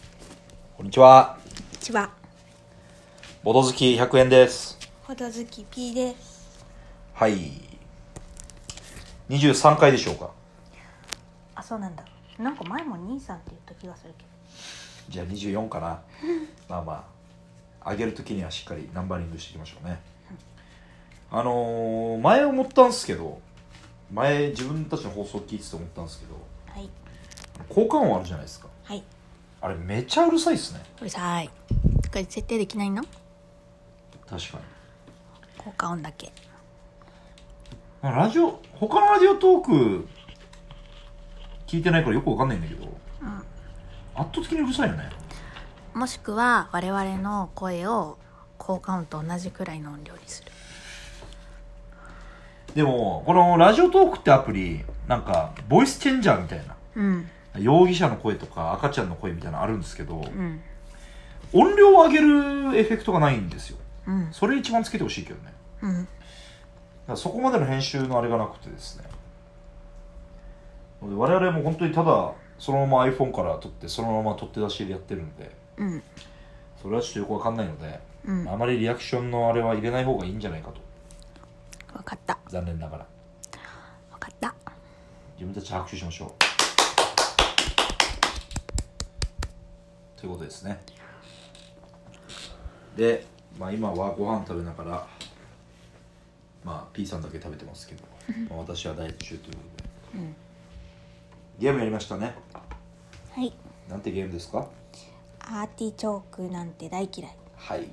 んにちは。こんにちは。ボド好き100円です。ほどずき P です。はい。23回でしょうか。あ、そうなんだ。なんか前も兄さんって言った気がするけじゃあ24か な。まあまあ、上げるときにはしっかりナンバリングしていきましょうね。あのー前思ったんですけど、前自分たちの放送聞いてて思ったんですけど、ど。はい。効果音あるじゃないですか。はい。あれめちゃうるさいっすね。うるさい。これ設定できないの確かに。効果音だけ。まあラジオ、他のラジオトーク、聞いてないからよくわかんないんだけど、ん圧倒的にうるさいよね。もしくは我々の声を効果音と同じくらいの音量にする。でも、このラジオトークってアプリ、なんか、ボイスチェンジャーみたいな、うん。容疑者の声とか赤ちゃんの声みたいなのあるんですけど、うん。音量を上げるエフェクトがないんですよ。うん。それ一番つけてほしいけどね。うん。だからそこまでの編集のあれがなくてですね。なので我々も本当にただ、そのまま iPhone から撮って、そのまま取って出しでやってるんで、うん。それはちょっとよくわかんないので、うん。あわまりリアクションのあれは入れない方がいいんじゃないかと。かった。残念ながら。わかった。自分たち拍手しましょうということですねで、まあ、今はご飯食べながらまあ P さんだけ食べてますけど、まあ、私はダイエット中ということで、ゲームやりましたねはい。なんてゲームですかアーティチョークなんて大嫌い。はい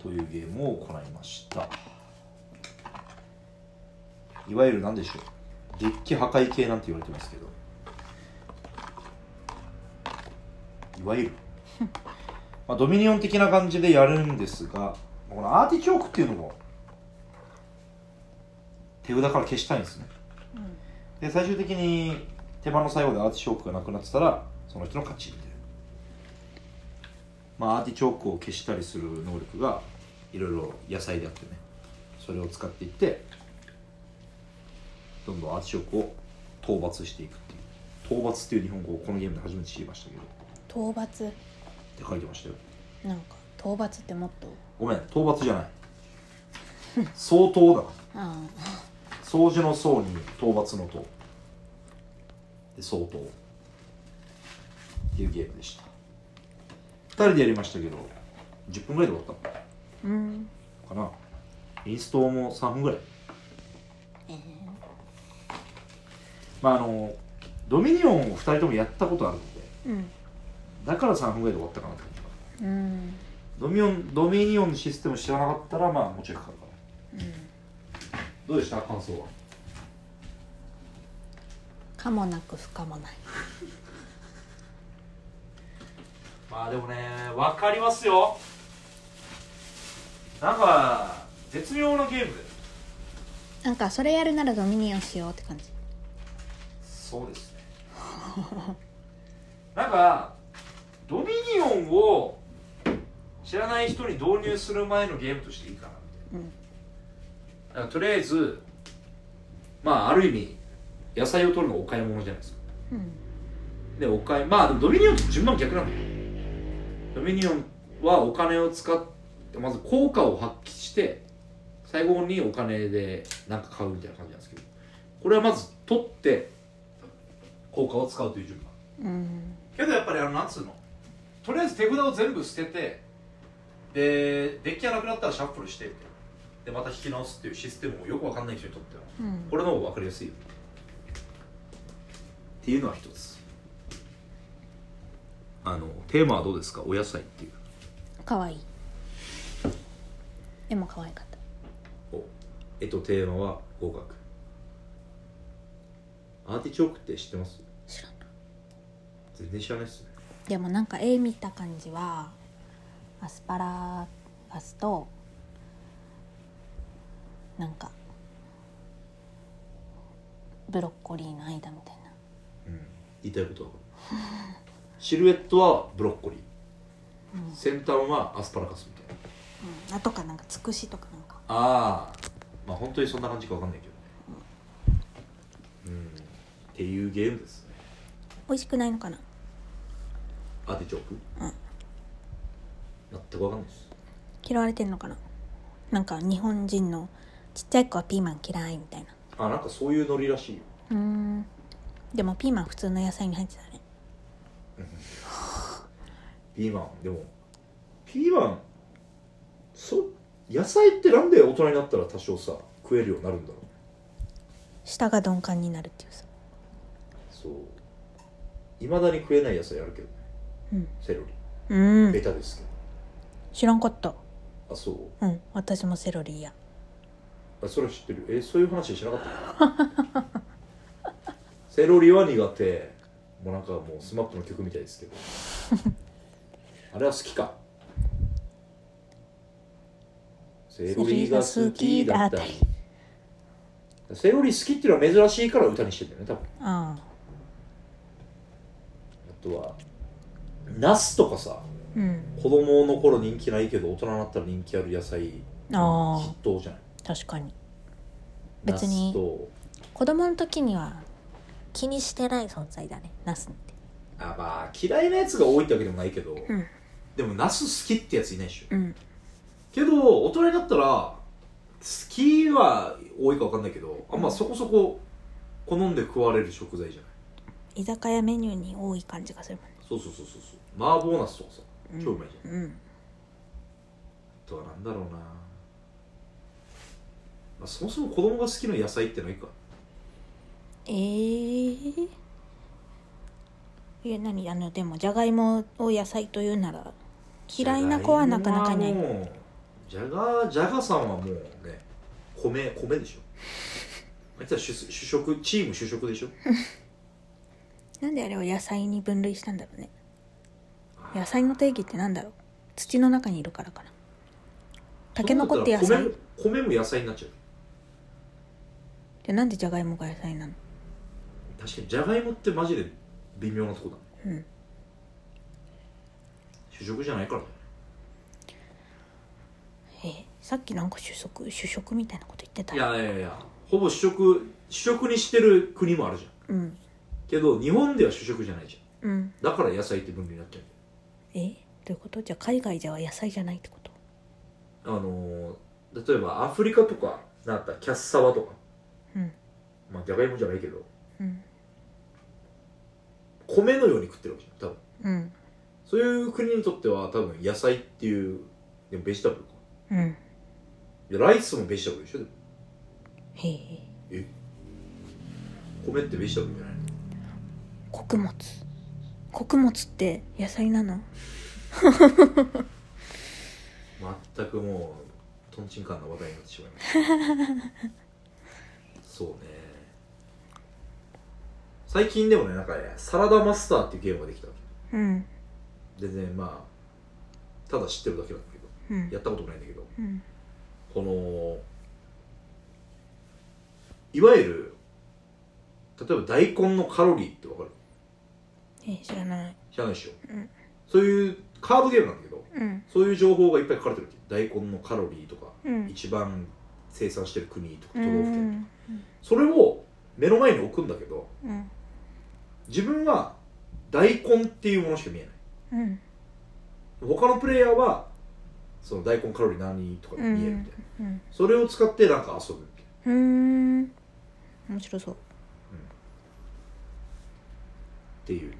というゲームを行いましたいわゆる何でしょうデッキ破壊系なんて言われてますけどいわゆるまあドミニオン的な感じでやるんですがこのアーティチョークっていうのも手札から消したいんですね、で最終的に手間の最後でアーティチョークがなくなってたらその人の勝ちみたいなまあ、アーティチョークを消したりする能力がいろいろ野菜であってねそれを使っていってどんどんアーティチョークを討伐していくっていう討伐っていう日本語をこのゲームで初めて知りましたけどっ討伐。て書いてましたよなんか、討伐ってもっと。ごめん討伐じゃない相当だうん。掃除の層に討伐の塔で相当っていうゲームでした2人でやりましたけど10分ぐらいで終わったうん。かなインストも3分ぐらいえー、まああのドミニオンを2人ともやったことあるのでうん。だから3分ぐらいで終わったかなって感じうん。ドミニオンドミニオンのシステム知らなかったらまあもうちょいかかるかなうん。どうでした感想はかもなく不可もないまあでもね分かりますよなんか絶妙なゲームでなんかそれやるならドミニオンしようって感じそうですね なんかドミニオンを知らない人に導入する前のゲームとしていいかなみたいな、だからとりあえずまあある意味野菜を取るのがお買い物じゃないですかうんでお買いまあでもドミニオンと順番逆なんだよドミニオンはお金を使ってまず効果を発揮して最後にお金で何か買うみたいな感じなんですけどこれはまず取って効果を使うという順番うんけどやっぱりあのなんつうのとりあえず手札を全部捨ててでデッキがなくなったらシャッフルしてみたいなでまた引き直すっていうシステムをよくわかんない人にとってはうんこれの方が分かりやすいよっていうのは一つあのテーマはどうですかお野菜っていう可愛いでも可愛かったおえっとテーマは合格アーティチョークって知ってます知らない全然知らないっすねでもなんか絵見た感じはアスパラガスとなんかブロッコリーの間みたいなうん言いたいことはシルエットはブロッコリー、先端はアスパラガスみたいなうんあとかなんかつくしとかなんかああまあ本当にそんな感じかわかんないけどねうんっていうゲームですね美味しくないのかなアーティチョーク、うん全くわかんないです嫌われてんのかななんか日本人のちっちゃい子はピーマン嫌いみたいなあなんかそういうノリらしいようーんでもピーマン普通の野菜に入ってたねピーマンでもピーマンそ野菜ってなんで大人になったら多少さ食えるようになるんだろう舌が鈍感になるっていうさそういまだに食えない野菜あるけどねうんセロうリーベんタですけど、知らんかったあそううん私もセロリやあそれは知ってるえそういう話しなかったの セロリは苦手もうなんかもうスマップの曲みたいですけどあれは好きかセロリが好きだったりセロリ好きっていうのは珍しいから歌にしてるんだよねあ多分あとはナスとかさあうん子供の頃人気ないけど大人になったら人気ある野菜あ筆頭じゃないあ確かに別にナスと子供の時には気にしてない存在だねナスってあまあ嫌いなやつが多いってわけでもないけど、うんでもナス好きってやついないでしょうんけど大人になったら好きは多いか分かんないけどあんまそこそこ好んで食われる食材じゃない居酒屋メニューに多い感じがするもんねそうそうそうそうそう麻婆ナスとかさうん超うまいじゃんうんあとはなんだろうな、まあ、そもそも子供が好きな野菜ってないかえー、え何あのでもじゃがいもを野菜というなら嫌いな子はなかなかいないじゃがじゃがさんはもうね米米でしょあいつは主主食チーム主食でしょなんであれを野菜に分類したんだろうね野菜の定義ってなんだろう土の中にいるからかなタケノコって野そうなた菜ら米も米も野菜になっちゃうでなんでじゃがいもが野菜なの確かにじゃがいもってマジで微妙なとこだねうん主食じゃないからねえーさっきなんか主食主食みたいなこと言ってたいやいやいやほぼ主食主食にしてる国もあるじゃんうんけど日本では主食じゃないじゃうんんだから野菜って分類になっちゃうんだよえーどういうことじゃあ海外では野菜じゃないってことあのー例えばアフリカとかなんかキャッサバとかうんまあじゃがいもじゃないけどうん米のように食ってるわけじゃん多分うんそういう国にとっては多分野菜っていうでもベジタブルかうんいやライスもベジタブルでしょでもへえ米ってベジタブルじゃないの穀物穀物って野菜なの全くもうとんちんかんな話題になってしまいま したそうね最近でもねなんかねサラダマスターっていうゲームができたわうんけ全然まあただ知ってるだけなんだけどうんやったこともないんだけどうんこのいわゆる例えば大根のカロリーってわかるえー知らない知らないでしょ、うんそういうカードゲームなんだけどうんそういう情報がいっぱい書かれてるわけ大根のカロリーとかうん一番生産してる国とか都う道府県んそれを目の前に置くんだけどうん自分は大根っていうものしか見えないうん他のプレイヤーはその大根カロリー何とか見えるみたいな、うんそれを使ってなんか遊ぶみたいなうーん面白そうっていうね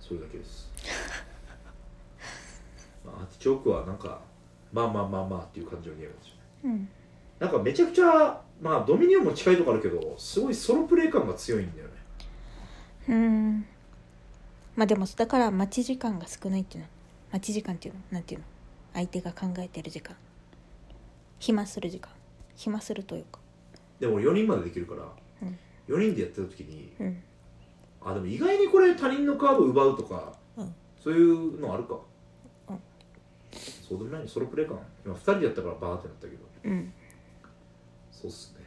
それだけです まあアーティチョークはなんかまあまあまあまあっていう感じのゲームですよねうんなんかめちゃくちゃまあドミニオンも近いとこあるけどすごいソロプレイ感が強いんだよねうんまあでもだから待ち時間が少ないっていうの待ち時間っていうのなんていうの相手が考えてる時間暇する時間暇するというかでも4人までできるから、うん4人でやってた時にうんあでも意外にこれ他人のカード奪うとか、うんそういうのあるか、うんそうでもないねソロプレイ感今2人でやったからバーってなったけどうんそうっすね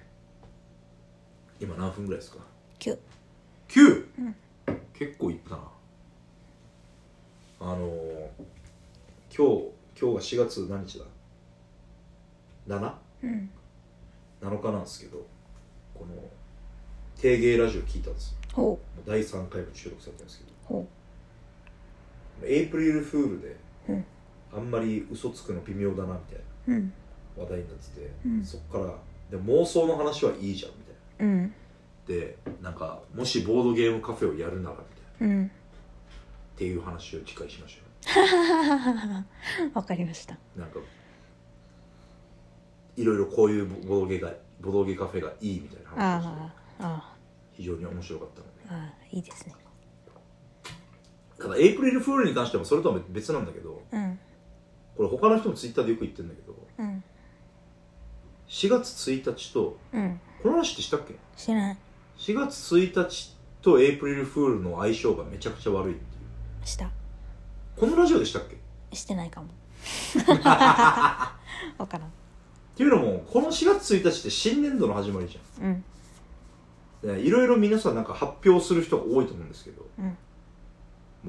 今何分ぐらいですか9 9、うん結構いったなあのー、今日今日が4月何日だ 7? うん7日なんですけどこの定芸ラジオ聞いたんですよほもう第3回も収録されてるんですけどうほエイプリルフールで、うんあんまり嘘つくの微妙だなみたいうんな話題になってて、うんそっからで妄想の話はいいじゃんみたいなうんでなんかもしボードゲームカフェをやるならみたいなうんっていう話を理解しました わかりましたよなんかいろいろこういうボードゲーがボードゲーカフェがいいみたいな話をしてあああ非常に面白かったのであああいいですねただエイプリルフールに関してもそれとは別なんだけどうんこれ他の人もツイッターでよく言ってるんだけどうん4月1日とうんこの話ってしたっけ知らない4月1日とエイプリルフールの相性がめちゃくちゃ悪いっていうしたこのラジオでしたっけっしてないかも わからんていうのもこの4月1日って新年度の始まりじゃんうんねいろいろ皆さんなんか発表する人が多いと思うんですけどうんも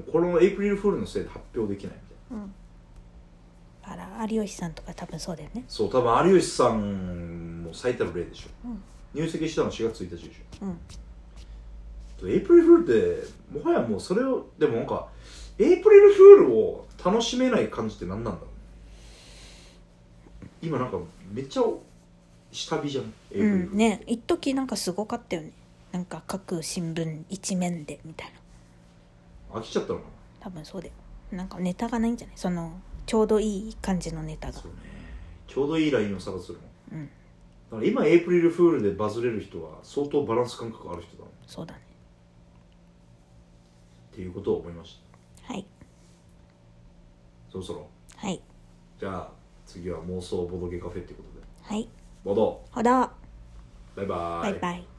うこのエイプリルフールのせいで発表できないみたいなうんあら有吉さんとか多分そうだよねそう多分有吉さんも最たる例でしょ、うん入籍したの4月1日でしうんょとエイプリルフールってもはやもうそれをでもなんかエイプリルフールを楽しめない感じって何なんだろう今なんかめっちゃ下火じゃんエイプリうルフール、んね一時なんかすごかったよねなんか各新聞一面でみたいな飽きちゃったのか多分そうだよなんかネタがないんじゃないそのちょうどいい感じのネタながそうねちょうどいいラインを探すのうんだから今エイプリルフールでバズれる人は相当バランス感覚ある人だなっそうだねていうことを思いましたはいそろそろはいじゃあ次は妄想ボドゲカフェってことではいボドほどバイバーバイバイ